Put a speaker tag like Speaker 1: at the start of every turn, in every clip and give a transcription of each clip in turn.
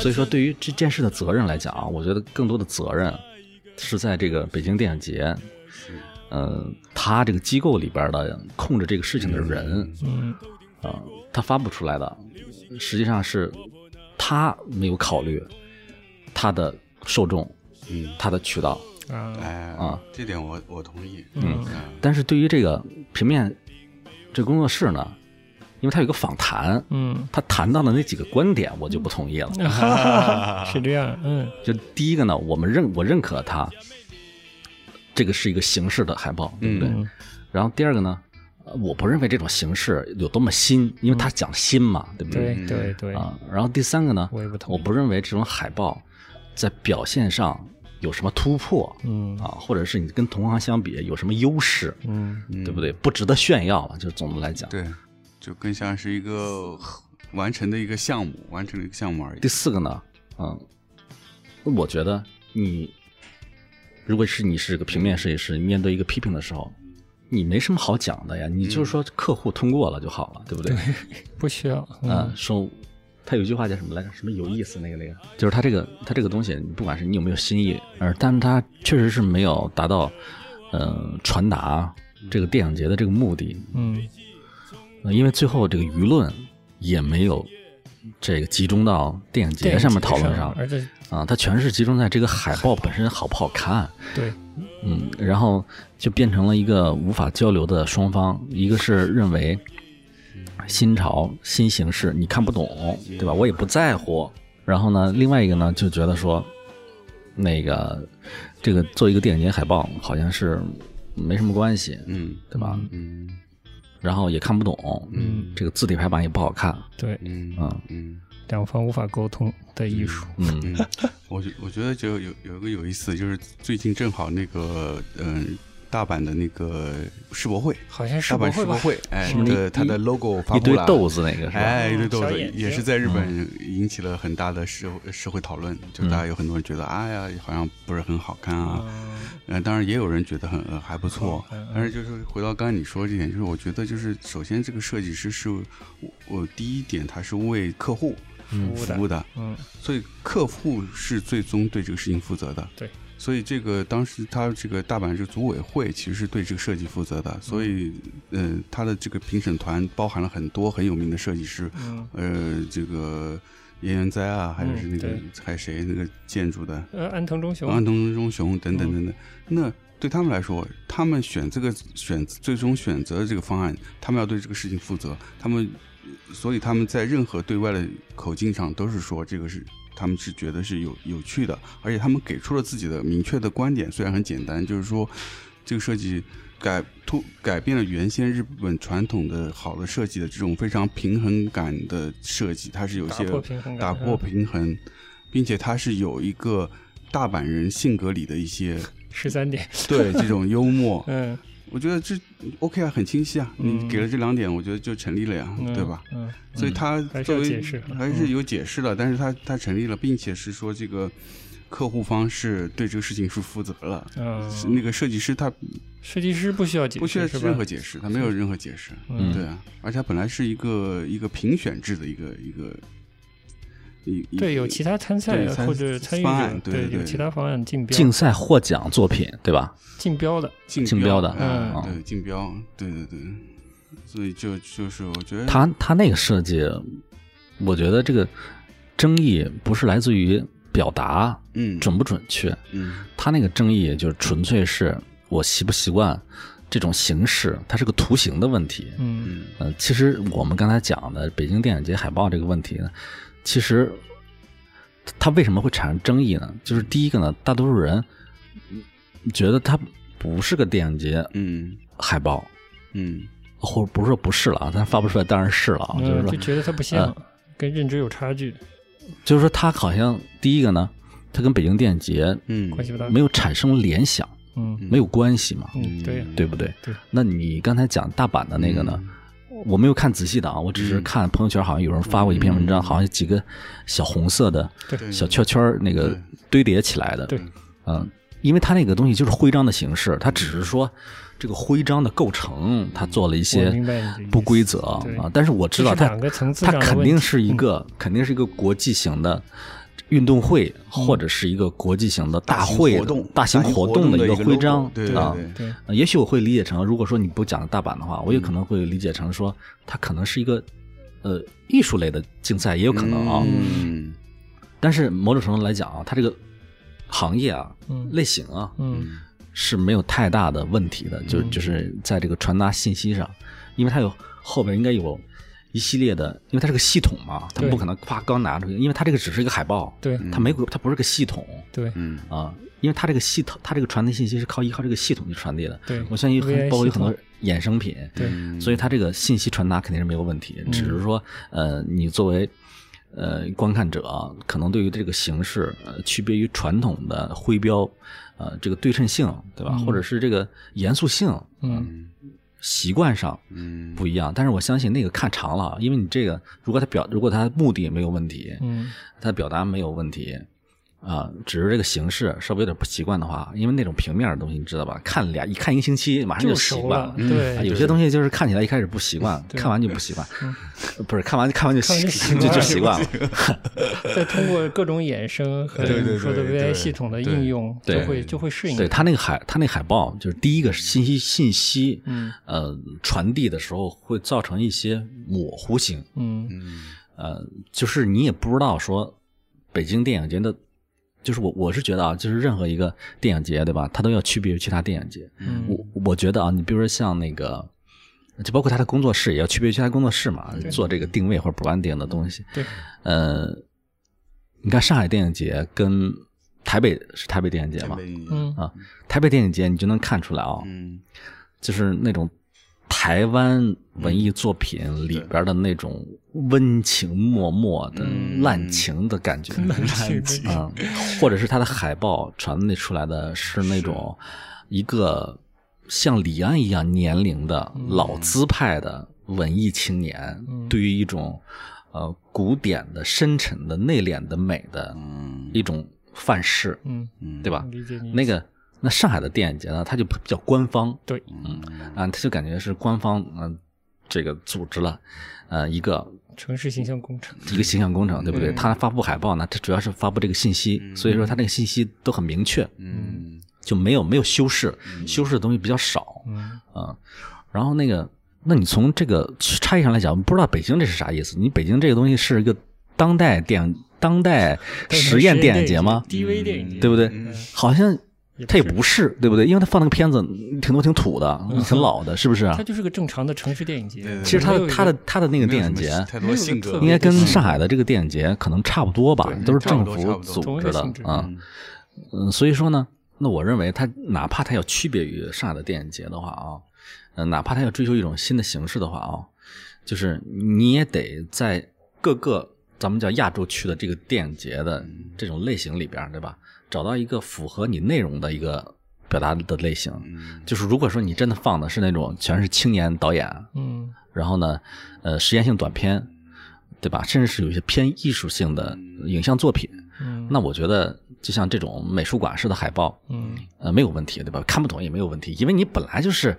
Speaker 1: 所以说，对于这件事的责任来讲啊，我觉得更多的责任是在这个北京电影节，呃，他这个机构里边的控制这个事情的人，
Speaker 2: 嗯，
Speaker 1: 啊，他发布出来的，实际上是他没有考虑他的受众，
Speaker 3: 嗯，
Speaker 1: 他的渠道。
Speaker 2: 啊，
Speaker 3: 哎
Speaker 1: 啊，
Speaker 3: 这点我我同意。
Speaker 2: 嗯
Speaker 1: 但是对于这个平面这工作室呢，因为他有一个访谈，
Speaker 2: 嗯，
Speaker 1: 他谈到的那几个观点，我就不同意了。
Speaker 2: 是这样，嗯
Speaker 1: 就第一个呢，我们认我认可它，这个是一个形式的海报，对不对？
Speaker 2: 嗯
Speaker 1: 然后第二个呢，呃我不认为这种形式有多么新，因为它讲新嘛，对不
Speaker 2: 嗯对对对，
Speaker 1: 啊，然后第三个呢，
Speaker 2: 我也不同意
Speaker 1: 认为这种海报在表现上有什么突破，
Speaker 2: 嗯
Speaker 1: 啊，或者是你跟同行相比有什么优势，
Speaker 2: 嗯
Speaker 1: 对不对？不值得炫耀吧？就总的来讲，
Speaker 3: 对，就更像是一个完成的一个项目，完成了一个项目而已
Speaker 1: 第。四个呢，嗯，我觉得你如果是你是个平面设计师，面对一个批评的时候，你没什么好讲的呀，你就说客户通过了就好了，嗯对不对？
Speaker 2: 不需要，
Speaker 3: 啊
Speaker 1: 嗯，说他有一句话叫什么来着？什么有意思那个那个，就是他这个他这个东西，不管是你有没有新意，而但是他确实是没有达到，呃，传达这个电影节的这个目的，
Speaker 2: 嗯
Speaker 1: 呃因为最后这个舆论也没有这个集中到电影节
Speaker 2: 嗯，
Speaker 1: 上面讨论上，
Speaker 2: 而且
Speaker 1: 啊，它全是集中在这个海报本身好不好看，
Speaker 2: 对，
Speaker 1: 嗯，然后就变成了一个无法交流的双方，一个是认为新潮新形式你看不懂，对吧？我也不在乎。然后呢，另外一个呢就觉得说，那个这个做一个电影节海报好像是没什么关系，
Speaker 3: 嗯
Speaker 1: 对吧？
Speaker 3: 嗯
Speaker 1: 然后也看不懂，
Speaker 2: 嗯
Speaker 1: 这个字体排版也不好看，
Speaker 2: 对，
Speaker 3: 嗯
Speaker 1: 啊
Speaker 3: 嗯
Speaker 2: 两方无法沟通的艺术，
Speaker 1: 嗯
Speaker 3: 嗯，我觉我觉得就有有一个有意思，就是最近正好那个嗯。大阪的那个世博会，
Speaker 2: 好像是
Speaker 3: 嗯大阪世
Speaker 2: 会
Speaker 3: 博
Speaker 2: 吧？
Speaker 3: 会，哎，
Speaker 1: 不
Speaker 3: 那
Speaker 1: 是
Speaker 3: 个
Speaker 1: 一
Speaker 3: 它的
Speaker 1: 一
Speaker 3: logo 发
Speaker 1: 一
Speaker 3: 布
Speaker 1: 堆
Speaker 3: 了，
Speaker 1: 豆子那个是吧？嗯
Speaker 3: 哎，一堆豆
Speaker 2: 小
Speaker 3: 子
Speaker 2: 眼睛
Speaker 3: 也是在日本引起了很大的社会社会讨论，就大家有很多人觉得，哎呀，好像不是很好看
Speaker 1: 嗯
Speaker 3: 啊。呃，当然也有人觉得很呃还不错，
Speaker 2: 嗯
Speaker 3: 但是就是回到刚才你说这点，就是我觉得就是首先这个设计师是我我第一点，他是为客户
Speaker 2: 服
Speaker 3: 服务
Speaker 2: 务的，
Speaker 3: 的，
Speaker 2: 嗯
Speaker 3: 所以客户是最终对这个事情负责的。
Speaker 2: 对，
Speaker 3: 所以这个当时他这个大阪这个组委会其实是对这个设计负责的，所以呃，
Speaker 2: 嗯
Speaker 3: 他的这个评审团包含了很多很有名的设计师，
Speaker 2: 嗯，
Speaker 3: 呃，这个岩原哉啊，还有是那个、
Speaker 2: 对
Speaker 3: 还有谁那个建筑的
Speaker 2: 呃，安藤忠雄，
Speaker 3: 安藤忠雄等
Speaker 2: 嗯
Speaker 3: 等等等。那对他们来说，他们选这个选最终选择的这个方案，他们要对这个事情负责，他们所以他们在任何对外的口径上都是说这个是。他们是觉得是有有趣的，而且他们给出了自己的明确的观点，虽然很简单，就是说这个设计改突改变了原先日本传统的好的设计的这种非常平衡感的设计，它是有一
Speaker 2: 打
Speaker 3: 些
Speaker 2: 破平衡感，嗯
Speaker 3: 打破平衡，并且它是有一个大阪人性格里的一 些
Speaker 2: 十三点，
Speaker 3: 对这种幽默，
Speaker 2: 嗯，
Speaker 3: 我觉得这 OK 啊，很清晰啊，你
Speaker 2: 嗯
Speaker 3: 给了这两点，我觉得就成立了呀，
Speaker 2: 嗯
Speaker 3: 对吧？？
Speaker 2: 嗯，
Speaker 3: 所以它
Speaker 2: 还是
Speaker 3: 作
Speaker 2: 要
Speaker 3: 为
Speaker 2: 解释的嗯
Speaker 3: 还是有解释的，但是它它成立了，并且是说这个客户方是对这个事情是负责了。
Speaker 2: 嗯，
Speaker 3: 是那个设计师他
Speaker 2: 设计师不需要解释，
Speaker 3: 不需要
Speaker 2: 是吧
Speaker 3: 任何解释，他没有任何解释，
Speaker 2: 嗯
Speaker 3: 对啊，而且他本来是一个一个评选制的一个一个一一
Speaker 2: 对，有其他参赛
Speaker 3: 对参
Speaker 2: 或者参与
Speaker 3: 方案
Speaker 2: 者，
Speaker 3: 对对对
Speaker 2: 有其他方案竞标
Speaker 1: 竞赛获奖作品，对吧？
Speaker 2: 竞标的，
Speaker 3: 竞
Speaker 1: 竞标的
Speaker 3: 哎
Speaker 1: 嗯
Speaker 3: 对，竞标，对对对，所以就就是我觉得
Speaker 2: 嗯
Speaker 1: 他他那个设计，我觉得这个争议不是来自于表达
Speaker 3: 嗯
Speaker 1: 准不准确，
Speaker 3: 嗯
Speaker 1: 他那个争议就是纯粹是我习不习惯这种形式，它是个图形的问题。
Speaker 2: 嗯
Speaker 3: 嗯
Speaker 1: 呃，其实我们刚才讲的北京电影节海报这个问题呢，其实它为什么会产生争议呢？就是第一个呢，大多数人嗯觉得它不是个电影节
Speaker 3: 嗯
Speaker 1: 海报，
Speaker 3: 嗯
Speaker 1: 或者不是说不是了啊，但发不出来当然是了啊，就是
Speaker 2: 嗯，
Speaker 1: 说
Speaker 2: 就觉得它不像，跟认知有差距，
Speaker 1: 就是说他好像第一个呢，他跟北京电影节
Speaker 3: 嗯，
Speaker 2: 关系不大。
Speaker 1: 没有产生联想，
Speaker 2: 嗯
Speaker 1: 没有关系嘛，
Speaker 2: 嗯，对呀，
Speaker 1: 对不对？
Speaker 2: 对
Speaker 1: 那你刚才讲大阪的那个呢？我没有看仔细的啊，我只是看朋友圈，好像有人发过一篇文章，好像几个小红色的
Speaker 3: 对
Speaker 1: 小圈圈儿那个堆叠起来的。
Speaker 2: 对，
Speaker 1: 嗯，因为它那个东西就是徽章的形式，它只是说这个徽章的构成，它做了一
Speaker 2: 我
Speaker 1: 些
Speaker 2: 明白你的意思
Speaker 1: 不规则
Speaker 2: 对
Speaker 1: 啊。但是我知道
Speaker 2: 这是
Speaker 1: 它
Speaker 2: 两个层次
Speaker 1: 它
Speaker 2: 上的
Speaker 1: 肯
Speaker 2: 问
Speaker 1: 定
Speaker 2: 题嗯
Speaker 1: 是一个肯定是一个国际型的运动会
Speaker 2: 嗯
Speaker 1: 或者是一个国际型的大
Speaker 3: 型
Speaker 1: 会的、
Speaker 3: 活动
Speaker 1: 大型
Speaker 3: 大型
Speaker 1: 活
Speaker 3: 活
Speaker 1: 动
Speaker 3: 动
Speaker 1: 的
Speaker 3: 的
Speaker 1: 一
Speaker 3: 一
Speaker 1: 徽
Speaker 3: 个 logo，
Speaker 1: 章
Speaker 3: 对
Speaker 1: 啊。
Speaker 3: 对
Speaker 2: 对，
Speaker 1: 呃也许我会理解成，如果说你不讲大阪的话，我也可能会理解成说，它可能是一个呃艺术类的竞赛，也有可能啊。
Speaker 3: 嗯
Speaker 1: 但是某种程度来讲啊，它这个行业啊、
Speaker 2: 嗯
Speaker 1: 类型啊
Speaker 2: 嗯
Speaker 1: 是没有太大的问题的，就就是在这个传达信息上，因为它有后边应该有一系列的，因为它是个系统嘛，它
Speaker 2: 对
Speaker 1: 不可能啪刚拿出去，因为它这个只是一个海报，
Speaker 2: 对
Speaker 1: 它没有它不是个系统
Speaker 2: 对
Speaker 3: 嗯
Speaker 1: 啊。因为它这个系统，它这个传递信息是靠依靠这个系统去传递的。
Speaker 2: 对
Speaker 1: 我相信很
Speaker 2: VI
Speaker 1: 包括有很多
Speaker 2: 系
Speaker 1: 衍生品，
Speaker 2: 对嗯
Speaker 1: 所以它这个信息传达肯定是没有问题，只是说，呃，你作为呃观看者啊，可能对于这个形式，呃，区别于传统的徽标，呃，这个对称性，对吧？
Speaker 2: 嗯
Speaker 1: 或者是这个严肃性，
Speaker 2: 嗯
Speaker 1: 习惯上
Speaker 3: 嗯
Speaker 1: 不一样。但是我相信那个看长了啊，因为你这个如果它表，如果它目的没有问题，
Speaker 2: 嗯
Speaker 1: 它表达没有问题。啊、只是这个形式稍微有点不习惯的话，因为那种平面的东西，你知道吧？看俩一看一个星期，马上
Speaker 2: 就
Speaker 1: 习
Speaker 2: 熟
Speaker 1: 惯
Speaker 2: 了，对
Speaker 1: 啊，
Speaker 2: 哎对
Speaker 1: 有些东西就是看起来一开始不习惯，
Speaker 2: 对
Speaker 1: 看完就不习惯
Speaker 2: 嗯，
Speaker 1: 不是看完看完就
Speaker 2: 看完就习
Speaker 1: 习
Speaker 2: 惯
Speaker 1: 就
Speaker 2: 了
Speaker 1: 就习惯了。
Speaker 2: 再通过各种 衍生和
Speaker 3: 对对对
Speaker 2: 你说的
Speaker 3: 对
Speaker 2: VI 系统的应用，
Speaker 1: 对
Speaker 2: 就会就会适应。
Speaker 1: 对他那个海，他那海报就是第一个信息信息，
Speaker 2: 嗯
Speaker 1: 呃，传递的时候会造成一些模糊性，
Speaker 2: 嗯
Speaker 3: 嗯
Speaker 1: 呃，就是你也不知道说北京电影节的，就是我我是觉得啊，就是任何一个电影节对吧，它都要区别于其他电影节。
Speaker 2: 嗯
Speaker 1: 我我觉得啊，你比如说像那个。就包括他的工作室也要区别于其他工作室嘛，做这个定位或者不安定的东西。
Speaker 2: 对
Speaker 1: 呃，你看上海电影节跟台北是台北电影节吗？
Speaker 3: 嗯
Speaker 2: 嗯
Speaker 1: 啊，台北电影节你就能看出来啊、
Speaker 3: 嗯
Speaker 1: 就是那种台湾文艺作品里边的那种温情脉脉的
Speaker 3: 嗯
Speaker 1: 滥情的感觉，
Speaker 2: 情的
Speaker 1: 嗯，或者是它的海报传递出来的是那种一个像李安一样年龄的老资派的文艺青年，
Speaker 2: 嗯
Speaker 1: 对于一种呃古典的深沉的内敛的美的
Speaker 3: 嗯
Speaker 1: 一种范式，
Speaker 2: 嗯，
Speaker 3: 嗯
Speaker 1: 对吧？
Speaker 2: 理解你
Speaker 1: 那个那上海的电影节呢，它就比较官方，
Speaker 2: 对
Speaker 3: 嗯
Speaker 1: 啊，他就感觉是官方嗯、呃这个组织了呃一个
Speaker 2: 城市形象工程，
Speaker 1: 一个形象工程，对不对？
Speaker 2: 嗯
Speaker 1: 他发布海报呢，他主要是发布这个信息，所以说他这个信息都很明确，
Speaker 3: 嗯
Speaker 1: 就没有没有修饰，修饰的东西比较少
Speaker 2: 嗯
Speaker 1: 啊、然后那个，那你从这个差异上来讲，不知道北京这是啥意思？你北京这个东西是一个当代电影当代实验电影节吗？
Speaker 2: ？DV 电影节，
Speaker 1: 对不对？
Speaker 3: 嗯
Speaker 1: 好像。
Speaker 2: 也不
Speaker 1: 它也
Speaker 2: 是
Speaker 1: 不是，对不对？因为他放那个片子挺多挺土的，挺老的，是不是啊？
Speaker 2: 它就是个正常的城市电影节
Speaker 3: 对对。对
Speaker 1: 其实他
Speaker 2: 没
Speaker 1: 的
Speaker 2: 有一
Speaker 1: 他
Speaker 2: 个
Speaker 1: 的他的那个
Speaker 3: 没有
Speaker 1: 电
Speaker 3: 什
Speaker 1: 影
Speaker 3: 么
Speaker 1: 节，
Speaker 3: 太多性格，
Speaker 1: 应该跟上海的这个电影节可能差不多吧
Speaker 2: 对，
Speaker 1: 都是
Speaker 3: 差
Speaker 1: 政
Speaker 3: 不多
Speaker 1: 府
Speaker 3: 差
Speaker 1: 组
Speaker 2: 不多
Speaker 1: 织的
Speaker 2: 同一个性质
Speaker 1: 啊。嗯，所以说呢，那我认为它哪怕它要区别于上海的电影节的话啊，呃，哪怕它要追求一种新的形式的话啊，就是你也得在各个咱们叫亚洲区的这个电影节的
Speaker 3: 嗯
Speaker 1: 这种类型里边儿，对吧？找到一个符合你内容的一个表达的类型。
Speaker 3: 嗯
Speaker 1: 就是如果说你真的放的是那种全是青年导演，
Speaker 2: 嗯
Speaker 1: 然后呢，呃，实验性短片，对吧？甚至是有一些偏艺术性的影像作品。
Speaker 2: 嗯，
Speaker 1: 那我觉得，就像这种美术馆式的海报，
Speaker 2: 嗯
Speaker 1: 呃，没有问题，对吧？看不懂也没有问题，因为你本来就是。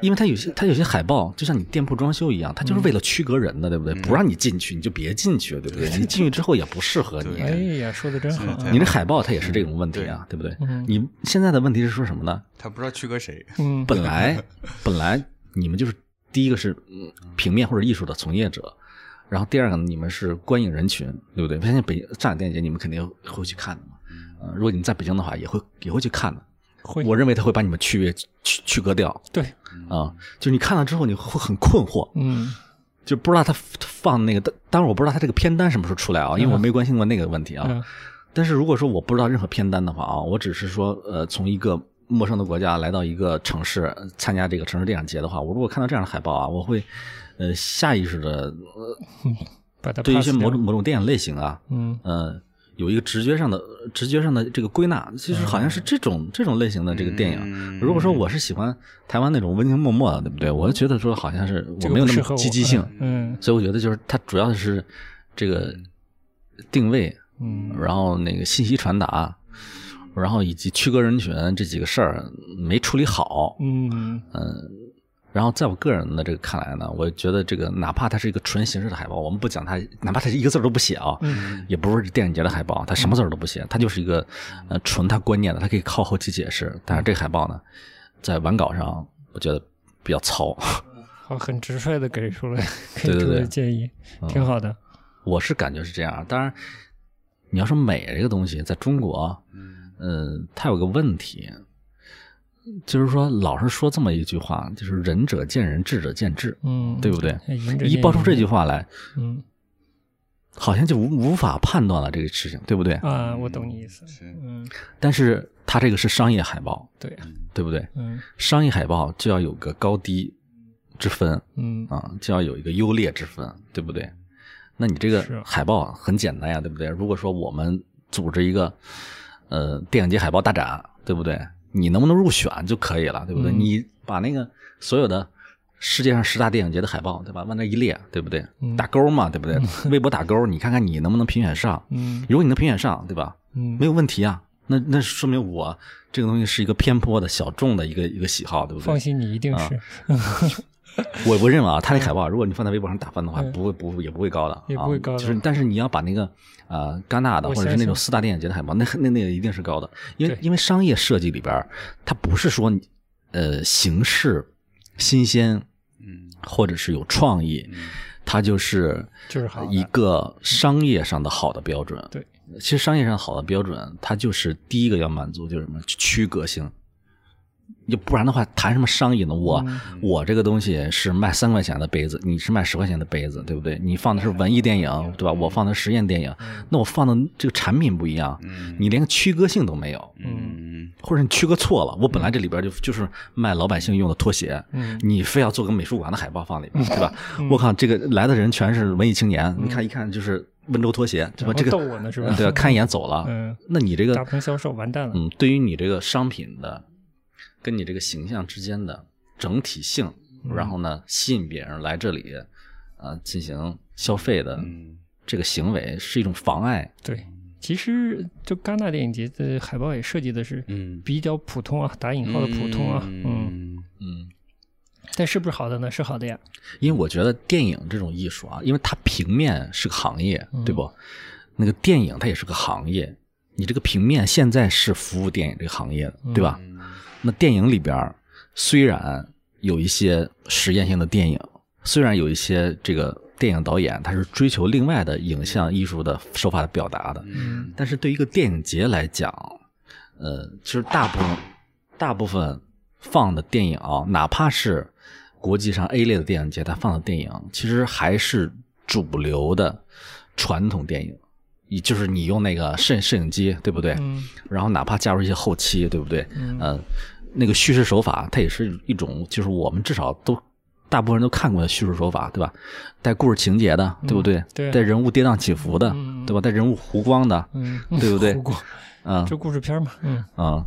Speaker 1: 因为它有些，它有些海报就像你店铺装修一样，它就是为了区隔人的，对不对？不让你进去，你就别进去，对不对？你进去之后也不适合
Speaker 3: 嗯
Speaker 1: 你。
Speaker 2: 哎呀，说的真好啊，
Speaker 1: 你这海报它也是这种问题啊，对不对？
Speaker 2: 嗯
Speaker 1: 你现在的问题是说什么呢？
Speaker 3: 他不知道区隔谁，
Speaker 2: 嗯
Speaker 1: 本来本来你们就是第一个是嗯平面或者艺术的从业者，然后第二个呢你们是观影人群，对不对？相信北上海电影节你们肯定会去看的嘛。呃，如果你在北京的话，也会也会去看的。
Speaker 2: 嗯会嗯
Speaker 1: 我认为他会把你们区别区区隔掉
Speaker 2: 对，
Speaker 1: 啊、就是你看了之后你会很困惑，
Speaker 2: 嗯
Speaker 1: 就不知道他他放那个，当当然我不知道他这个片单什么时候出来啊，因为我没关心过那个问题啊。
Speaker 2: 嗯
Speaker 1: 但是如果说我不知道任何片单的话啊，我只是说呃从一个陌生的国家来到一个城市呃参加这个城市电影节的话，我如果看到这样的海报啊，我会呃下意识的、呃、
Speaker 2: 把它
Speaker 1: 对一
Speaker 2: pass
Speaker 1: 些某
Speaker 2: 掉
Speaker 1: 种某种电影类型啊，
Speaker 2: 嗯
Speaker 1: 呃有一个直觉上的直觉上的这个归纳，其实好像
Speaker 2: 嗯
Speaker 1: 是这种这种类型的这个电影。
Speaker 3: 嗯
Speaker 1: 如果说我是喜欢台湾那种温情脉脉的，对不对？我就觉得说好像是我没有那
Speaker 2: 嗯这个不适合
Speaker 1: 么
Speaker 2: 我
Speaker 1: 积极性，
Speaker 2: 嗯
Speaker 1: 所以我觉得就是它主要是这个定位。
Speaker 2: 嗯
Speaker 1: 然后那个信息传达，然后以及区隔人群这几个事儿没处理好，
Speaker 2: 嗯
Speaker 1: 嗯、然后在我个人的这个看来呢，我觉得这个哪怕它是一个纯形式的海报，我们不讲它，哪怕它是一个字儿都不写啊，也不是电影节的海报，它什么字儿都不写，它就是一个呃纯它观念的，它可以靠后期解释。但是这个海报呢，在完稿上我觉得比较糙，
Speaker 2: 好，很直率的给出了给
Speaker 1: 对对
Speaker 2: 出了
Speaker 1: 对
Speaker 2: 建议，
Speaker 1: 嗯
Speaker 2: 挺好的。
Speaker 1: 我是感觉是这样。当然，你要说美这个东西，在中国，嗯、它有个问题，就是说老是说这么一句话，就是仁者见仁，智者见智，
Speaker 2: 嗯，
Speaker 1: 对不对？
Speaker 2: 哎仁者
Speaker 1: 一
Speaker 2: 见
Speaker 1: 爆出
Speaker 2: 仁
Speaker 1: 这句话来，
Speaker 2: 嗯
Speaker 1: 好像就无无法判断了这个事情，对不对？
Speaker 2: 啊，我懂你意思。
Speaker 3: 是
Speaker 2: 嗯，
Speaker 1: 但是它这个是商业海报，
Speaker 2: 对啊，
Speaker 1: 对不对？
Speaker 2: 嗯
Speaker 1: 商业海报就要有个高低之分
Speaker 2: 嗯
Speaker 1: 啊，就要有一个优劣之分，对不对？那你这个
Speaker 2: 是
Speaker 1: 海报很简单呀，对不对？如果说我们组织一个呃电影节海报大展，对不对？你能不能入选就可以了，对不对？
Speaker 2: 嗯
Speaker 1: 你把那个所有的世界上十大电影节的海报，对吧？往那一列，对不对？
Speaker 2: 嗯
Speaker 1: 打勾嘛，对不对？微博打勾，你看看你能不能评选上？
Speaker 2: 嗯
Speaker 1: 如果你能评选上，对吧？
Speaker 2: 嗯，
Speaker 1: 没有问题啊。那那说明我这个东西是一个偏颇的小众的一个一个喜好，对不
Speaker 2: 放
Speaker 1: 对？
Speaker 2: 心，你一定
Speaker 1: 啊
Speaker 2: 是嗯
Speaker 1: 我我认为啊，他那海报，如果你放在微博上打分的话，
Speaker 2: 嗯
Speaker 1: 不会不会也不会高的，
Speaker 2: 也不会高
Speaker 1: 啊。
Speaker 2: 的
Speaker 1: 就是但是你要把那个呃戛纳的
Speaker 2: 我
Speaker 1: 或者是
Speaker 2: 相
Speaker 1: 那种
Speaker 2: 信
Speaker 1: 四大电影节的海报，那那那个一定是高的，因为
Speaker 2: 对
Speaker 1: 因为商业设计里边儿，它不是说你呃形式新鲜
Speaker 3: 嗯
Speaker 1: 或者是有创意，它就是
Speaker 2: 嗯就是好的
Speaker 1: 一个商业上的好的标准。
Speaker 2: 对，
Speaker 1: 其实商业上好的标准，它就是第一个要满足就是什么区隔性，要不然的话谈什么商业呢？我、
Speaker 2: 嗯
Speaker 1: 我这个东西是卖三块钱的杯子，你是卖十块钱的杯子，对不对？你放的是文艺电影，对吧？我放的是实验电影，
Speaker 2: 嗯
Speaker 1: 那我放的这个产品不一样，你连个区隔性都没有。
Speaker 3: 嗯
Speaker 1: 或者你区隔错了，我本来这里边就就是卖老百姓用的拖鞋，
Speaker 2: 嗯
Speaker 1: 你非要做个美术馆的海报放里边，对吧？我靠，这个来的人全是文艺青年，你看一看就是温州拖鞋，对吧？
Speaker 2: 然后
Speaker 1: 这个
Speaker 2: 嗯哦逗我呢是吧
Speaker 1: 对吧？看一眼走了，
Speaker 2: 嗯
Speaker 1: 那你这个
Speaker 2: 达不成销售完蛋了。
Speaker 1: 嗯，对于你这个商品的跟你这个形象之间的整体性，
Speaker 2: 嗯
Speaker 1: 然后呢，吸引别人来这里，呃，进行消费的
Speaker 3: 嗯
Speaker 1: 这个行为是一种妨碍，
Speaker 2: 对，
Speaker 1: 嗯
Speaker 2: 其实就戛纳电影节的海报也设计的是
Speaker 3: 嗯，
Speaker 2: 比较普通啊，打引号的普通啊，嗯，
Speaker 3: 嗯
Speaker 1: 嗯。
Speaker 2: 但是不是好的呢？是好的呀，
Speaker 1: 因为我觉得电影这种艺术啊，因为它平面是个行业，对不？那个电影它也是个行业，你这个平面现在是服务电影这个行业的，对吧？
Speaker 3: 嗯
Speaker 2: 嗯
Speaker 1: 那电影里边儿虽然有一些实验性的电影，虽然有一些这个电影导演他是追求另外的影像艺术的手法的表达的，
Speaker 3: 嗯
Speaker 1: 但是对于一个电影节来讲，呃，其实大部分大部分放的电影啊，哪怕是国际上 A 类的电影节，它放的电影其实还是主流的传统电影，也就是你用那个摄摄影机，对不对？
Speaker 2: 嗯
Speaker 1: 然后哪怕加入一些后期，对不对？
Speaker 2: 嗯
Speaker 1: 呃，那个叙事手法，它也是一种，就是我们至少都大部分人都看过的叙事手法，对吧？带故事情节的，对不对？
Speaker 2: 嗯对
Speaker 1: 带人物跌宕起伏的，
Speaker 2: 嗯嗯
Speaker 1: 对吧？带人物弧光的，
Speaker 2: 嗯，
Speaker 1: 对 不对
Speaker 2: 不过
Speaker 1: 啊
Speaker 2: 这故事片嘛，嗯
Speaker 1: 啊，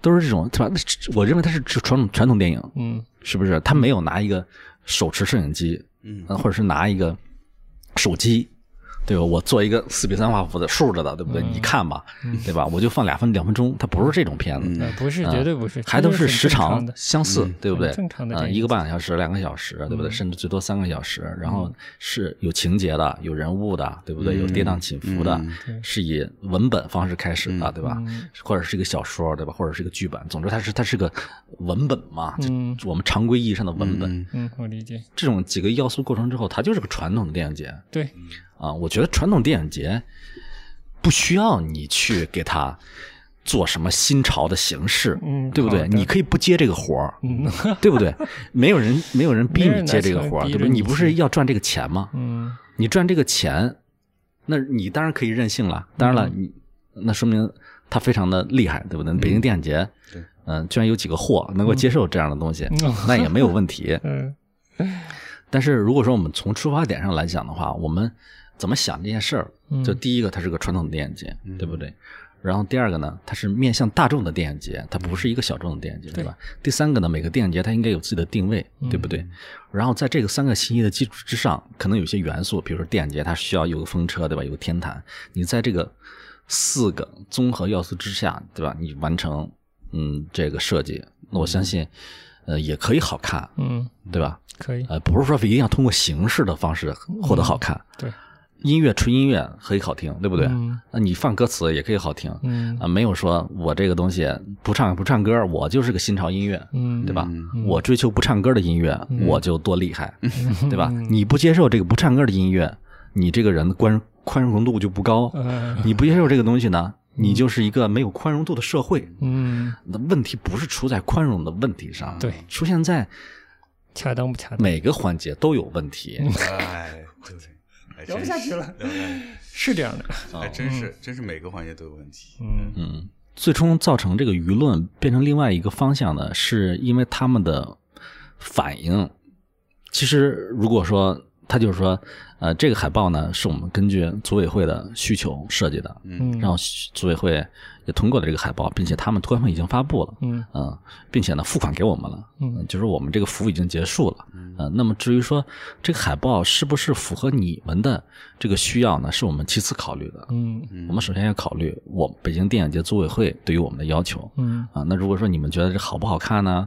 Speaker 1: 都是这种，对吧？那这我认为它是传统传统电影，
Speaker 2: 嗯
Speaker 1: 是不是？他没有拿一个手持摄影机，
Speaker 3: 嗯
Speaker 1: 呃，或者是拿一个手机，对吧？我做一个四比三画幅的竖着的，对不对？你看吧，对吧？我就放俩分两分钟，它不是这种片子，
Speaker 2: 呃不是，
Speaker 1: 啊
Speaker 2: 绝对不是，
Speaker 1: 还都是
Speaker 2: 这
Speaker 1: 时
Speaker 2: 很正常
Speaker 1: 长
Speaker 2: 的，
Speaker 1: 相似，对不对？
Speaker 2: 很正常的
Speaker 1: 呃
Speaker 2: 电影
Speaker 1: 一个半个小时、两个小时，对
Speaker 2: 嗯
Speaker 1: 不对？甚至最多三个小时。然后是有情节的，有人物的，对不对？有跌宕起伏的，是以文本方式开始的，对吧？
Speaker 2: 嗯
Speaker 1: 或者是一个小说，对吧？或者是一个剧本，总之它是它是个文本嘛，
Speaker 2: 嗯
Speaker 1: 就我们常规意义上的文本。
Speaker 2: 嗯，我理解，
Speaker 1: 这种几个要素构成之后，它就是个传统的电影节
Speaker 2: 对，
Speaker 1: 啊。我觉得传统电影节不需要你去给它做什么新潮的形式，
Speaker 2: 嗯
Speaker 1: 对不对
Speaker 2: 好？的
Speaker 1: 你可以不接这个活儿，
Speaker 2: 嗯
Speaker 1: 对不对？没有人没有人逼你接这个活儿，
Speaker 2: 没人来强
Speaker 1: 对
Speaker 2: 逼着
Speaker 1: 不对？
Speaker 2: 你
Speaker 1: 你不是要赚这个钱吗？
Speaker 2: 嗯
Speaker 1: 你赚这个钱，那你当然可以任性了。当然了，
Speaker 2: 嗯
Speaker 1: 你那说明他非常的厉害，对不对？北京电影节，
Speaker 3: 对
Speaker 1: 嗯，居然有几个货能够接受这样的东西，
Speaker 2: 嗯
Speaker 1: 那也没有问 题。
Speaker 2: 嗯
Speaker 1: 但是如果说我们从出发点上来讲的话，我们怎么想这件事儿？就第一个，它是个传统的电影节，对不对？然后第二个呢，它是面向大众的电影节，它不是一个小众的电影节，对嗯吧？第三个呢，每个电影节它应该有自己的定位，对不对？然后在这个三个信息的基础之上，可能有些元素，比如说电影节它需要有个风车，对吧？有个天坛，你在这个四个综合要素之下，对吧？你完成嗯这个设计，那我相信，呃，也可以好看，
Speaker 2: 嗯，
Speaker 1: 对吧？
Speaker 2: 可以，
Speaker 1: 呃，不是说一定要通过形式的方式获得好看，
Speaker 2: 对，
Speaker 1: 音乐纯音乐可以好听，对不对？
Speaker 2: 嗯
Speaker 1: 那你放歌词也可以好听，
Speaker 2: 嗯
Speaker 1: 啊，没有说我这个东西不唱不唱歌，我就是个新潮音乐，
Speaker 2: 嗯，
Speaker 1: 对吧？我追求不唱歌的音乐，我就多厉害，
Speaker 2: 嗯
Speaker 1: 对吧？ 你不接受这个不唱歌的音乐，你这个人的宽宽容度就不高，
Speaker 2: 呃，
Speaker 1: 你不接受这个东西呢，你就是一个没有宽容度的社会。
Speaker 2: 嗯，
Speaker 1: 那问题不是出在宽容的问题上，
Speaker 2: 对，
Speaker 1: 出现在
Speaker 2: 恰当不恰当？
Speaker 1: 每个环节都有问题。
Speaker 2: 嗯
Speaker 3: 哎，真是哎
Speaker 2: 聊不
Speaker 3: 真
Speaker 2: 下
Speaker 3: 是
Speaker 2: 去了
Speaker 3: 聊不下去
Speaker 2: 是这样的，
Speaker 3: 还真是，真是每个环节都有问题。
Speaker 2: 嗯
Speaker 1: 嗯，最终造成这个舆论变成另外一个方向呢，是因为他们的反应。其实如果说他就是说，呃，这个海报呢是我们根据组委会的需求设计的，
Speaker 2: 嗯，
Speaker 1: 然后组委会也通过了这个海报，并且他们托管已经发布了。
Speaker 2: 嗯
Speaker 1: 嗯，并且呢，付款给我们了，
Speaker 2: 嗯
Speaker 1: 呃就是我们这个服务已经结束了，嗯、那么至于说这个海报是不是符合你们的这个需要呢，是我们其次考虑的，
Speaker 2: 嗯
Speaker 1: 我们首先要考虑我北京电影节组委会对于我们的要求
Speaker 2: 嗯
Speaker 1: 啊。那如果说你们觉得这好不好看呢，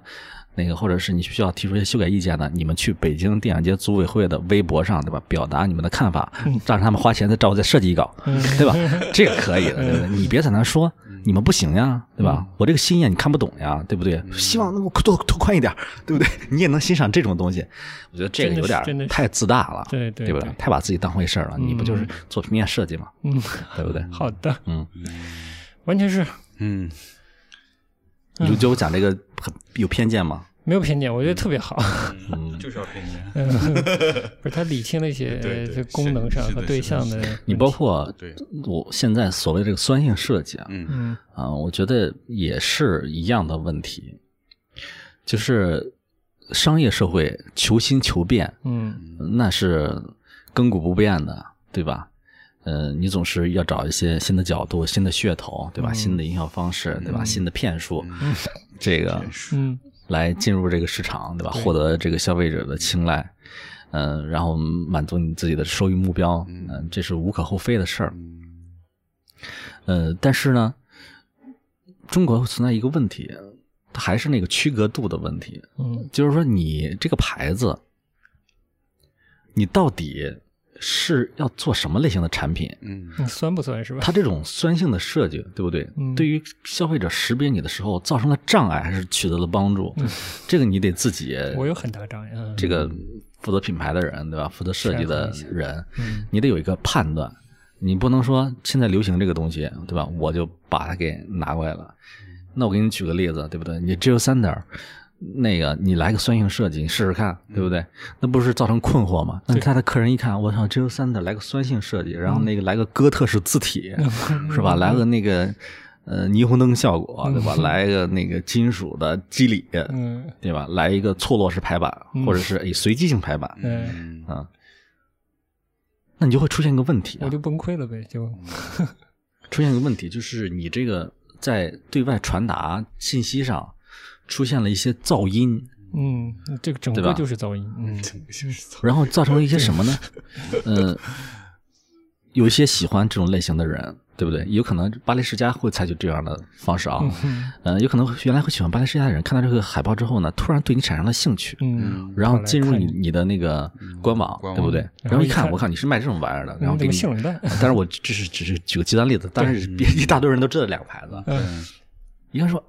Speaker 1: 那个或者是你需要提出一些修改意见呢，你们去北京电影节组委会的微博上，对吧，表达你们的看法，
Speaker 2: 嗯
Speaker 1: 让他们花钱再找我再设计一稿，对吧？这个可以的，对不对？
Speaker 2: 嗯
Speaker 1: 你别在那说你们不行呀，对吧？我这个心眼你看不懂呀，对不对？希望能够拓拓宽一点，对不对？你也能欣赏这种东西，我觉得这个有
Speaker 2: 真的是
Speaker 1: 点
Speaker 2: 真的是
Speaker 1: 太自大了，
Speaker 2: 对对
Speaker 1: 不对
Speaker 2: 对？
Speaker 1: 太把自己当回事儿了，你不就是做平面设计嘛，
Speaker 2: 嗯，
Speaker 1: 对不对？
Speaker 2: 好的，
Speaker 1: 嗯，
Speaker 2: 完全是
Speaker 3: 嗯，
Speaker 1: 你就觉得我讲这个很有偏见吗？
Speaker 2: 没有偏见，我觉得特别好。
Speaker 1: 嗯，
Speaker 3: 就是要嗯偏见。
Speaker 2: 不是，他理清了一些
Speaker 3: 对对
Speaker 2: 这功能上
Speaker 3: 是的
Speaker 2: 和对象的问题。
Speaker 1: 你包括
Speaker 3: 对
Speaker 1: 我现在所谓这个酸性设计啊，
Speaker 3: 嗯
Speaker 2: 嗯
Speaker 1: 啊，我觉得也是一样的问题，就是商业社会求新求变，
Speaker 2: 嗯
Speaker 1: 那是亘古不变的，对吧？呃，你总是要找一些新的角度、新的噱头，对吧？新的营销方式，对吧？新的骗术，这个
Speaker 2: 嗯
Speaker 1: 来进入这个市场，对吧？
Speaker 2: 对
Speaker 1: 获得这个消费者的青睐，嗯、然后满足你自己的收益目标，嗯、这是无可厚非的事儿。呃，但是呢，中国存在一个问题，它还是那个区隔度的问题，
Speaker 2: 嗯
Speaker 1: 就是说你这个牌子，你到底是要做什么类型的产品？
Speaker 3: 嗯
Speaker 2: 嗯，酸不酸是吧？
Speaker 1: 它这种酸性的设计，对不对？
Speaker 2: 嗯
Speaker 1: 对于消费者识别你的时候造成了障碍，还是取得了帮助？这个你得自己，
Speaker 2: 嗯我有很大障碍。嗯
Speaker 1: 这个负责品牌的人，对吧？负责设计的人
Speaker 2: 嗯，
Speaker 1: 你得有一个判断。你不能说现在流行这个东西，对吧？我就把它给拿过来了。那我给你举个例子，对不对？你 Jill Sander，那个你来个酸性设计，你试试看，对不对？那不是造成困惑吗？那
Speaker 2: 嗯对嗯
Speaker 1: 他的客人一看，我操，Jill Sander 来个酸性设计，然后那个来个哥特式字体，是吧？来个那个呃霓虹灯效果，对吧？来个那个金属的肌理，
Speaker 2: 嗯
Speaker 1: 对吧？来一个错落式排版，
Speaker 2: 嗯
Speaker 1: 或者是哎随机性排版，
Speaker 2: 嗯，
Speaker 3: 嗯
Speaker 1: 啊，那你就会出现一个问题、啊
Speaker 2: 我，就崩溃了呗，就
Speaker 1: 出现一个问题就是你这个在对外传达信息上出现了一些噪 音，
Speaker 2: 嗯，这个整
Speaker 1: 对吧
Speaker 2: 个就是噪音。嗯
Speaker 1: 然后造成了一些什么 呢？呃，有一些喜欢这种类型的人，对不对？有可能巴黎世家会采取这样的方式啊，
Speaker 2: 嗯
Speaker 1: 呃，有可能原来会喜欢巴黎世家的人看到这个海报之后呢，突然对你产生了兴趣，
Speaker 2: 嗯，
Speaker 1: 然后
Speaker 2: 跑来
Speaker 1: 进入
Speaker 2: 看
Speaker 1: 你你的那个官网，
Speaker 3: 嗯官网
Speaker 1: 对不对？
Speaker 2: 然
Speaker 1: 然
Speaker 2: 后
Speaker 1: 后一
Speaker 2: 一看
Speaker 1: 看，我靠，你是卖这种玩意儿的，然
Speaker 2: 嗯
Speaker 1: 后
Speaker 2: 这
Speaker 1: 给
Speaker 2: 个
Speaker 1: 你
Speaker 2: 性冷淡。
Speaker 1: 但是我只是只是举个极端例子，当然是
Speaker 3: 嗯
Speaker 1: 别一大堆人都知道两个牌子。
Speaker 2: 嗯
Speaker 1: 一看说，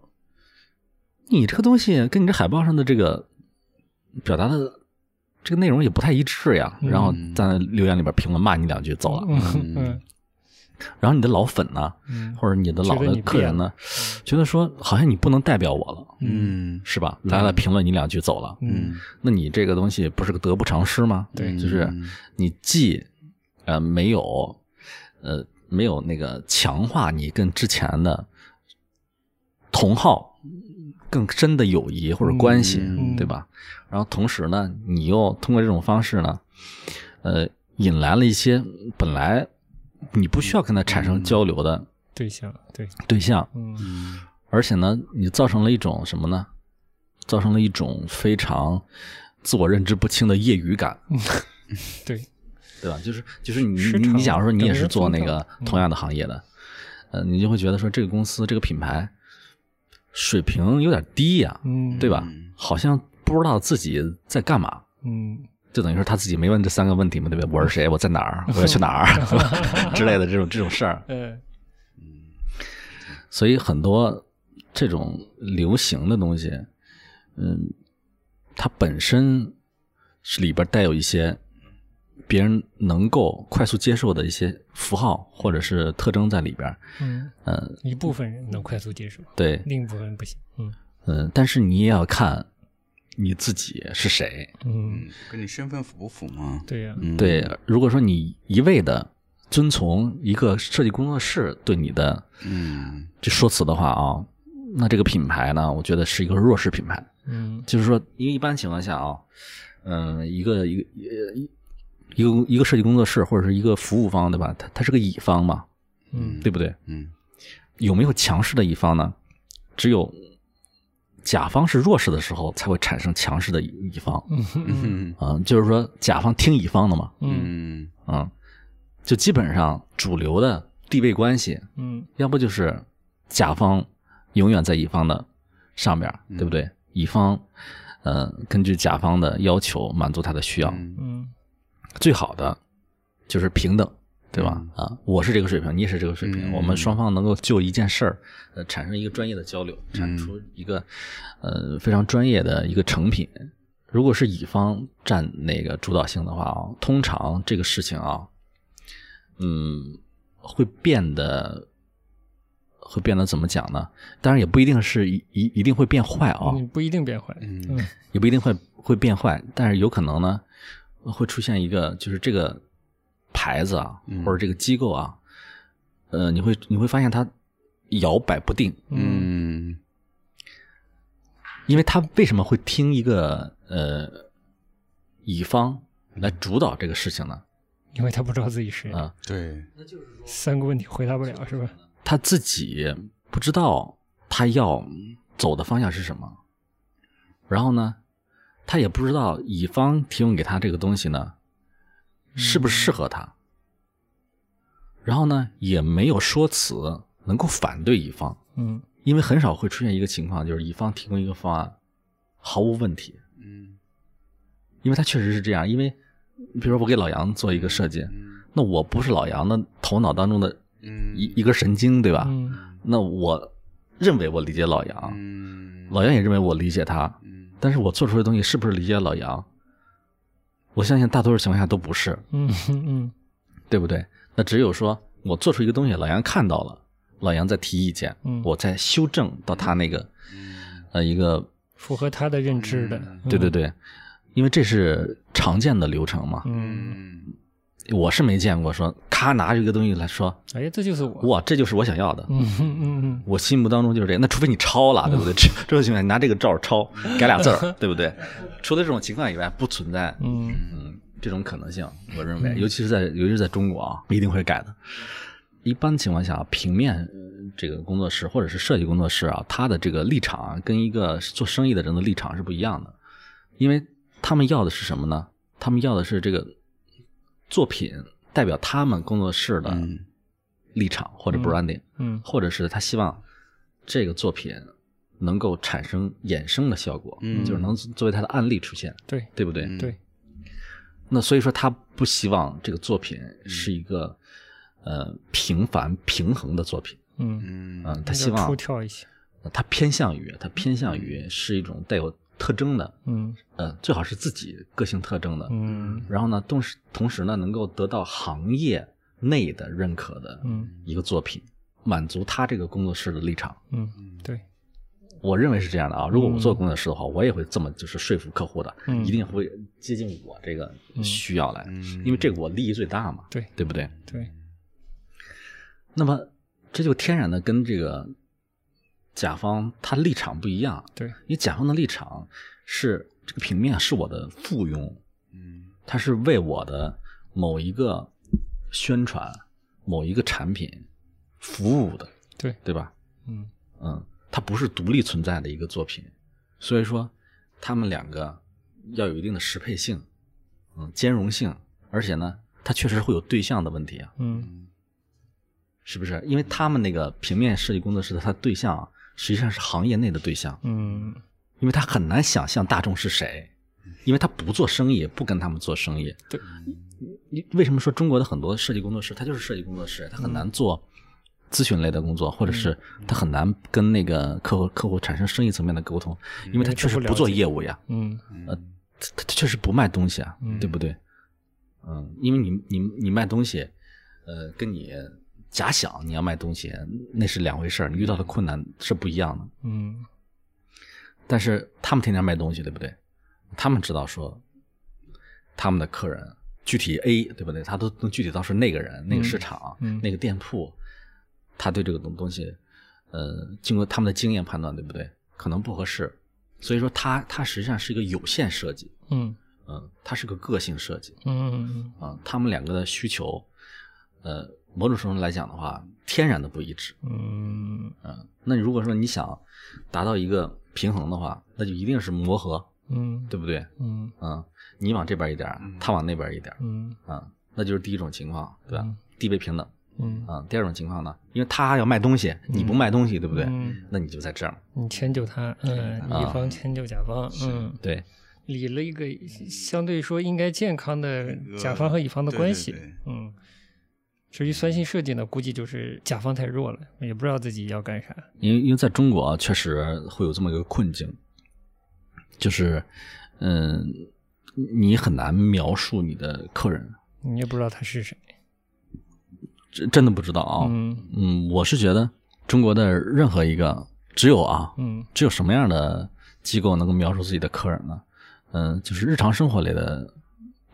Speaker 1: 你这个东西跟你这海报上的这个表达的这个内容也不太一致呀。然后
Speaker 3: 嗯
Speaker 1: 在留言里边评论骂你两句走了。
Speaker 2: 嗯嗯
Speaker 1: 然后你的老粉呢，
Speaker 2: 嗯，
Speaker 1: 或者你的老
Speaker 2: 觉得
Speaker 1: 的
Speaker 2: 你
Speaker 1: 客人呢，觉得说好像你不能代表我了，
Speaker 3: 嗯
Speaker 1: 是吧？来了评论你两句走了，
Speaker 3: 嗯
Speaker 1: 那你这个东西不是个得不偿失吗？
Speaker 2: 对
Speaker 1: 就是
Speaker 3: 嗯
Speaker 1: 你既呃没有呃没有那个强化你跟之前的同好更深的友谊或者关系，
Speaker 3: 嗯
Speaker 1: 对吧？然后同时呢，你又通过这种方式呢，呃，引来了一些本来你不需要跟他产
Speaker 3: 嗯
Speaker 1: 生交流的
Speaker 2: 对象对，
Speaker 1: 对象，
Speaker 2: 嗯
Speaker 1: 而且呢，你造成了一种什么呢？造成了一种非常自我认知不清的业余感，
Speaker 2: 嗯对，
Speaker 1: 对吧？就是就是你
Speaker 2: 市
Speaker 1: 你
Speaker 2: 场
Speaker 1: 你假如说你也
Speaker 2: 整
Speaker 1: 是
Speaker 2: 个
Speaker 1: 做
Speaker 2: 风嗯
Speaker 1: 那
Speaker 2: 尚
Speaker 1: 个同样的行业的，呃，你就会觉得说这个公司这个品牌水平有点低呀、
Speaker 2: 嗯，
Speaker 1: 对吧
Speaker 3: 嗯？
Speaker 1: 好像不知道自己在干嘛，
Speaker 2: 嗯，
Speaker 1: 就等于说他自己没问这三个问题嘛，对吧？我是谁？我在哪儿？我要去哪 儿？ 之类的这种这种事儿。
Speaker 2: 呃，
Speaker 1: 所以很多这种流行的东西，嗯，它本身是里边带有一些别人能够快速接受的一些符号或者是特征在里边儿。
Speaker 2: 嗯，
Speaker 1: 嗯，
Speaker 2: 一部分人能快速接受，
Speaker 1: 对，
Speaker 2: 另一部分不行。嗯
Speaker 1: 嗯，但是你也要看你自己是谁。
Speaker 2: 嗯，
Speaker 3: 跟你身份符不符嘛？
Speaker 2: 对呀、
Speaker 3: 嗯，
Speaker 1: 对，如果说你一味的遵从一个设计工作室对你的
Speaker 3: 嗯，
Speaker 1: 这说辞的话啊，那这个品牌呢，我觉得是一个弱势品牌。
Speaker 2: 嗯
Speaker 1: 就是说，因为一般情况下啊，嗯，一个一个呃一一个一个设计工作室或者是一个服务方，对吧？它它是个乙方嘛，
Speaker 2: 嗯
Speaker 1: 对不对？
Speaker 3: 嗯
Speaker 1: 有没有强势的乙方呢？只有甲方是弱势的时候，才会产生强势的乙乙方。
Speaker 2: 嗯嗯
Speaker 3: 嗯
Speaker 1: 啊、就是说甲方听乙方的嘛，
Speaker 2: 嗯
Speaker 3: 嗯
Speaker 1: 啊、就基本上主流的地位关系，
Speaker 2: 嗯
Speaker 1: 要不就是甲方永远在乙方的上边儿，对不对？乙方，呃，根据甲方的要求满足他的需要，
Speaker 3: 嗯
Speaker 2: 嗯
Speaker 1: 最好的就是平等，对吧？啊，我是这个水平，你也是这个水平，
Speaker 3: 嗯
Speaker 1: 我们双方能够就一件事儿，呃，产生一个专业的交流，产
Speaker 3: 嗯
Speaker 1: 出一个呃非常专业的一个成品。如果是乙方占那个主导性的话啊，通常这个事情啊，嗯，会变得会变得怎么讲呢？当然也不一定是一一一定会变坏啊，
Speaker 2: 你不一定变坏。
Speaker 3: 嗯
Speaker 1: 也不一定会会变坏，但是有可能呢，会出现一个就是这个牌子啊，
Speaker 3: 嗯
Speaker 1: 或者这个机构啊，呃，你会你会发现它摇摆不定，
Speaker 2: 嗯
Speaker 3: 嗯
Speaker 1: 因为它为什么会听一个呃乙方来主导这个事情呢？
Speaker 2: 因为他不知道自己是谁，
Speaker 1: 啊、
Speaker 3: 对，
Speaker 2: 三个问题回答不了是吧？
Speaker 1: 他自己不知道他要走的方向是什么，然后呢，他也不知道乙方提供给他这个东西呢适不适合他，然后呢也没有说辞能够反对乙方，
Speaker 2: 嗯
Speaker 1: 因为很少会出现一个情况，就是乙方提供一个方案毫无问题，
Speaker 3: 嗯
Speaker 1: 因为他确实是这样，因为比如说我给老杨做一个设计，
Speaker 3: 嗯
Speaker 1: 那我不是老杨的头脑当中的
Speaker 3: 嗯
Speaker 1: 一一根神经，对吧？
Speaker 2: 嗯
Speaker 1: 那我认为我理解老杨，
Speaker 3: 嗯
Speaker 1: 老杨也认为我理解他，
Speaker 3: 嗯
Speaker 1: 但是我做出来的东西是不是理解老杨？我相信大多数情况下都不是，
Speaker 2: 嗯嗯
Speaker 1: 对不对？那只有说我做出一个东西，老杨看到了，老杨再提意见，
Speaker 2: 嗯
Speaker 1: 我再修正到他那个
Speaker 3: 嗯
Speaker 1: 呃一个，
Speaker 2: 符合他的认知的。
Speaker 1: 对对对，因为这是常见的流程嘛。
Speaker 2: 嗯，
Speaker 3: 嗯
Speaker 1: 我是没见过说咔拿着一个东西来说，
Speaker 2: 哎，这就是我。
Speaker 1: 哇，这就是我想要的，
Speaker 2: 嗯嗯嗯
Speaker 1: 我心目当中就是这个。那除非你抄了，对不对？这这种情况下，你拿这个照儿抄，改俩字儿，对不对？除了这种情况以外，不存在
Speaker 2: 嗯
Speaker 1: 嗯这种可能性，我认为，尤其是在尤其是在中国啊，一定会改的。一般情况下，平面呃这个工作室或者是设计工作室啊，他的这个立场啊跟一个做生意的人的立场是不一样的，因为他们要的是什么呢？他们要的是这个作品代表他们工作室的
Speaker 3: 嗯
Speaker 1: 立场或者 branding，、
Speaker 2: 嗯
Speaker 1: 或者是他希望这个作品能够产生衍生的效果，
Speaker 3: 嗯
Speaker 1: 就是能作为他的案例出现，
Speaker 2: 对
Speaker 1: 对不对？
Speaker 3: 嗯
Speaker 2: 对，
Speaker 1: 那所以说，他不希望这个作品
Speaker 3: 嗯
Speaker 1: 是一个、呃平凡平衡的作品，
Speaker 2: 嗯，
Speaker 3: 嗯
Speaker 1: 嗯、他
Speaker 2: 那
Speaker 1: 希
Speaker 2: 就出
Speaker 1: 望
Speaker 2: 跳一些。
Speaker 1: 他偏向于他偏向
Speaker 3: 嗯
Speaker 1: 于是一种带有特征的，
Speaker 2: 嗯
Speaker 1: 呃，最好是自己个性特征的，
Speaker 2: 嗯
Speaker 1: 然后呢，同时同时呢，能够得到行业内的认可的
Speaker 2: 嗯
Speaker 1: 一个作品，满足他这个工作室的立场。
Speaker 2: 嗯，对，
Speaker 1: 我认为是这样的啊，如果我做工作室的话，我也会这么就是说服客户的，
Speaker 2: 嗯
Speaker 1: 一定会接近我这个需要来，
Speaker 3: 嗯
Speaker 1: 因为这个我利益最大嘛，
Speaker 2: 对
Speaker 1: 对不对？
Speaker 2: 对，
Speaker 1: 那么这就天然的跟这个甲方他立场不一样，
Speaker 2: 对，
Speaker 1: 因为甲方的立场是这个平面是我的附庸，
Speaker 3: 嗯
Speaker 1: 它是为我的某一个宣传、某一个产品服务的，
Speaker 2: 对
Speaker 1: 对吧？
Speaker 2: 嗯
Speaker 1: 嗯，它不是独立存在的一个作品，所以说他们两个要有一定的适配性，嗯，兼容性，而且呢，它确实会有对象的问题啊，
Speaker 2: 嗯
Speaker 1: 是不是？因为他们那个平面设计工作室的它对象啊实际上是行业内的对象，
Speaker 2: 嗯
Speaker 1: 因为他很难想象大众是谁，因为他不做生意，不跟他们做生意。
Speaker 2: 对，
Speaker 1: 你为什么说中国的很多设计工作室，它就是设计工作室，它很难做咨询类的工作，或者是它很难跟那个客户客户产生生意层面的沟通，嗯因为它确实不做业务呀，
Speaker 2: 嗯
Speaker 3: 嗯
Speaker 1: 它它它确实不卖东西啊，
Speaker 2: 嗯
Speaker 1: 对不对？嗯，因为你你你卖东西，呃，跟你假想你要卖东西那是两回事儿，你遇到的困难是不一样的。
Speaker 2: 嗯
Speaker 1: 但是他们天天卖东西，对不对？他们知道说他们的客人具体 A 对不对？他都能具体到是那个人、那个市场、
Speaker 2: 嗯
Speaker 1: 那个店铺，他对这个东东西，呃，经过他们的经验判断，对不对？可能不合适，所以说它它实际上是一个有限设计，
Speaker 2: 嗯
Speaker 1: 嗯、它是个个性设计
Speaker 2: 嗯
Speaker 1: 啊、他们两个的需求，呃，某种程度来讲的话，天然的不一致。
Speaker 2: 嗯
Speaker 1: 嗯，那你如果说你想达到一个平衡的话，那就一定是磨合，
Speaker 2: 嗯
Speaker 1: 对不对？
Speaker 2: 嗯
Speaker 1: 嗯，你往这边一点儿，他往那边一点儿，
Speaker 2: 嗯
Speaker 1: 嗯，那就是第一种情况，对吧？
Speaker 2: 嗯
Speaker 1: 地位平等，
Speaker 2: 嗯，
Speaker 1: 嗯。第二种情况呢，因为他要卖东西，你不卖东西，对不对？
Speaker 2: 嗯
Speaker 1: 那你就在这儿，
Speaker 2: 你迁就他，嗯，
Speaker 1: 啊
Speaker 2: 一方迁就甲方，嗯，
Speaker 1: 对，
Speaker 2: 理了一个相对说应该健康的
Speaker 3: 嗯个
Speaker 2: 甲方和乙方的
Speaker 3: 对
Speaker 2: 关
Speaker 3: 对
Speaker 2: 系
Speaker 3: 对，
Speaker 2: 嗯。至于酸性设计呢，估计就是甲方太弱了，也不知道自己要干啥。
Speaker 1: 因为因为在中国啊确实会有这么一个困境，就是，嗯，你很难描述你的客人，
Speaker 2: 你也不知道他是谁。
Speaker 1: 真真的不知道啊。
Speaker 2: 嗯
Speaker 1: 嗯，我是觉得中国的任何一个，只有啊，
Speaker 2: 嗯
Speaker 1: 只有什么样的机构能够描述自己的客人呢？嗯，就是日常生活类的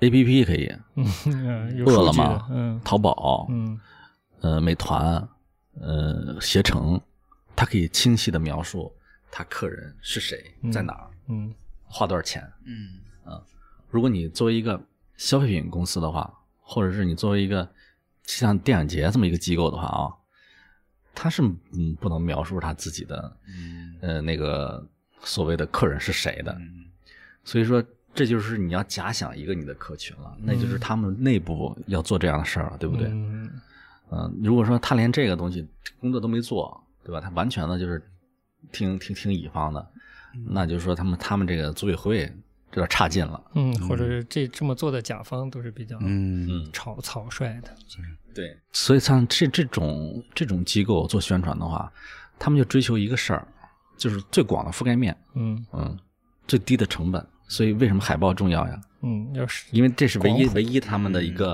Speaker 1: A P P 可以，
Speaker 2: 嗯，有
Speaker 1: 饿
Speaker 2: 数
Speaker 1: 了
Speaker 2: 据
Speaker 1: 么
Speaker 2: 的。、嗯
Speaker 1: 淘宝、
Speaker 2: 嗯
Speaker 1: 呃美团、呃携程，它可以清晰的描述他客人是谁，
Speaker 2: 嗯
Speaker 1: 在哪儿，
Speaker 2: 嗯
Speaker 1: 花多少钱。
Speaker 3: 嗯
Speaker 1: 如果你作为一个消费品公司的话，或者是你作为一个像电影节这么一个机构的话啊，他是嗯不能描述他自己的
Speaker 3: 嗯
Speaker 1: 呃那个所谓的客人是谁的，
Speaker 3: 嗯
Speaker 1: 所以说这就是你要假想一个你的客群了，那就是他们内部要做这样的事儿了，对不对？嗯、
Speaker 2: 嗯
Speaker 1: 如果说他连这个东西工作都没做，对吧？他完全的就是听听听乙方的，那就是说他们他们这个组委会有点差劲了。
Speaker 2: 嗯，或者是这这么做的甲方都是比较
Speaker 3: 嗯
Speaker 2: 草草率的。
Speaker 1: 对，所以像这这种这种机构做宣传的话，他们就追求一个事儿，就是最广的覆盖面，
Speaker 2: 嗯
Speaker 1: 嗯，最低的成本。所以为什么海报重要呀？
Speaker 2: 嗯，要是
Speaker 1: 因为这是唯一唯一他们的一个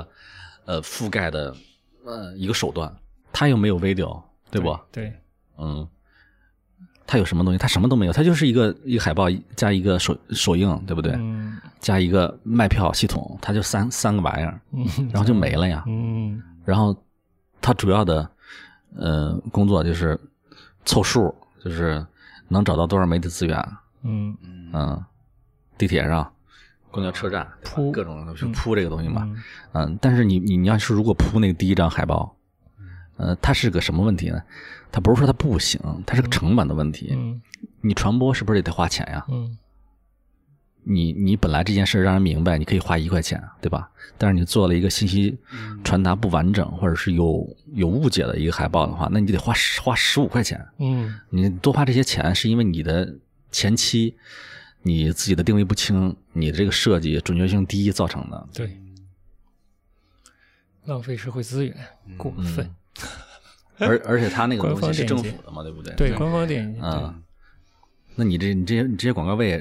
Speaker 2: 嗯
Speaker 1: 呃覆盖的呃一个手段，他又没有 video，对不？
Speaker 2: 对，
Speaker 1: 嗯，他有什么东西？他什么都没有，他就是一个一个海报加一个首首映，对不对？
Speaker 2: 嗯
Speaker 1: 加一个卖票系统，他就三三个玩意儿，
Speaker 2: 嗯
Speaker 1: 然后就没了呀。
Speaker 2: 嗯
Speaker 1: 然后他主要的呃工作就是凑数，就是能找到多少媒体资源，
Speaker 2: 嗯
Speaker 1: 嗯，地铁上、公交车站对吧
Speaker 2: 铺
Speaker 1: 各种就铺这个东西嘛，
Speaker 2: 嗯
Speaker 1: 嗯，但是你你你要是如果铺那个第一张海报，呃，它是个什么问题呢？它不是说它不行，它是个成本的问题。
Speaker 2: 嗯
Speaker 1: 你传播是不是也得花钱呀？
Speaker 2: 嗯
Speaker 1: 你你本来这件事让人明白，你可以花一块钱，对吧？但是你做了一个信息
Speaker 2: 嗯
Speaker 1: 传达不完整，或者是有有误解的一个海报的话，那你得花十花十五块钱。
Speaker 2: 嗯
Speaker 1: 你多花这些钱，是因为你的前期你自己的定位不清，你这个设计准确性低造成的。
Speaker 2: 对，浪费社会资源，
Speaker 3: 嗯
Speaker 2: 过分。
Speaker 1: 而而且它那个
Speaker 2: 官
Speaker 1: 东西
Speaker 2: 方
Speaker 1: 是
Speaker 2: 链
Speaker 1: 政
Speaker 2: 接
Speaker 1: 府的嘛，对不对？
Speaker 2: 对，官方电影
Speaker 1: 啊、那你这你这些你这些广告位呃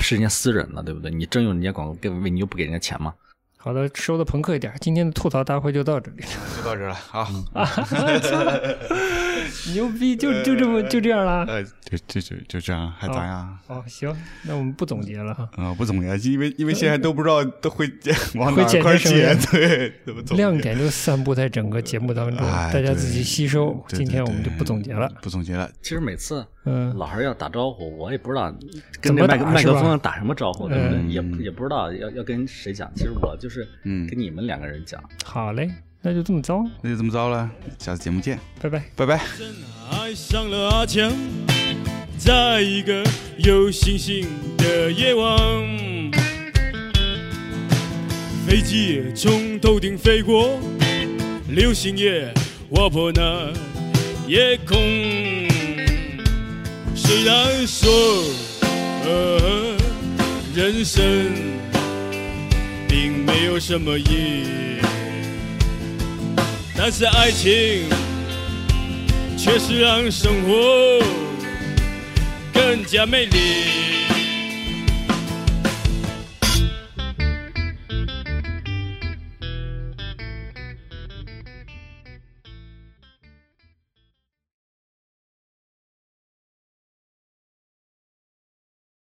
Speaker 1: 是人家私人的，对不对？你征用人家广告位，你又不给人家钱吗？
Speaker 2: 好的，收的朋克一点，今天的吐槽大会就到这里了。
Speaker 3: 就到这儿了，好，
Speaker 2: 嗯 牛逼，就就这么就这样啦。
Speaker 3: 呃，就就就就这样，还咋样？
Speaker 2: 哦，行，那我们不总结了哈。
Speaker 3: 嗯，不总结，因为因为现在都不知道都会往
Speaker 2: 呃会
Speaker 3: 哪儿
Speaker 2: 剪
Speaker 3: 块儿
Speaker 2: 成什么
Speaker 3: 剪
Speaker 2: 样，
Speaker 3: 对，怎么总结
Speaker 2: 亮点就散布在整个节目当中，
Speaker 3: 哎
Speaker 2: 大家
Speaker 3: 对
Speaker 2: 自己吸收。
Speaker 3: 对
Speaker 2: 今天我们
Speaker 3: 对
Speaker 2: 就不总结了。
Speaker 3: 不总结了，
Speaker 1: 其实每次
Speaker 2: 嗯
Speaker 1: 老孩儿要打招呼，我也不知道
Speaker 2: 怎
Speaker 1: 跟
Speaker 2: 么
Speaker 1: 这麦克
Speaker 2: 打
Speaker 1: 麦
Speaker 2: 是
Speaker 1: 克
Speaker 2: 吧
Speaker 1: 风上打什么招呼，对不对？
Speaker 2: 嗯
Speaker 1: 也不也不知道要要跟谁讲。其实我就是
Speaker 3: 嗯
Speaker 1: 跟你们两个人讲。
Speaker 2: 好嘞，那就这么着，
Speaker 3: 那就这么着了，下次节目见，
Speaker 2: 拜拜。
Speaker 3: 拜拜。
Speaker 4: 真爱上了阿强，在一个有星星的夜晚，飞机也从头顶飞过，流星也划破那夜空。虽然说，呃，人生并没有什么意义，但是爱情却是让生活更加美丽。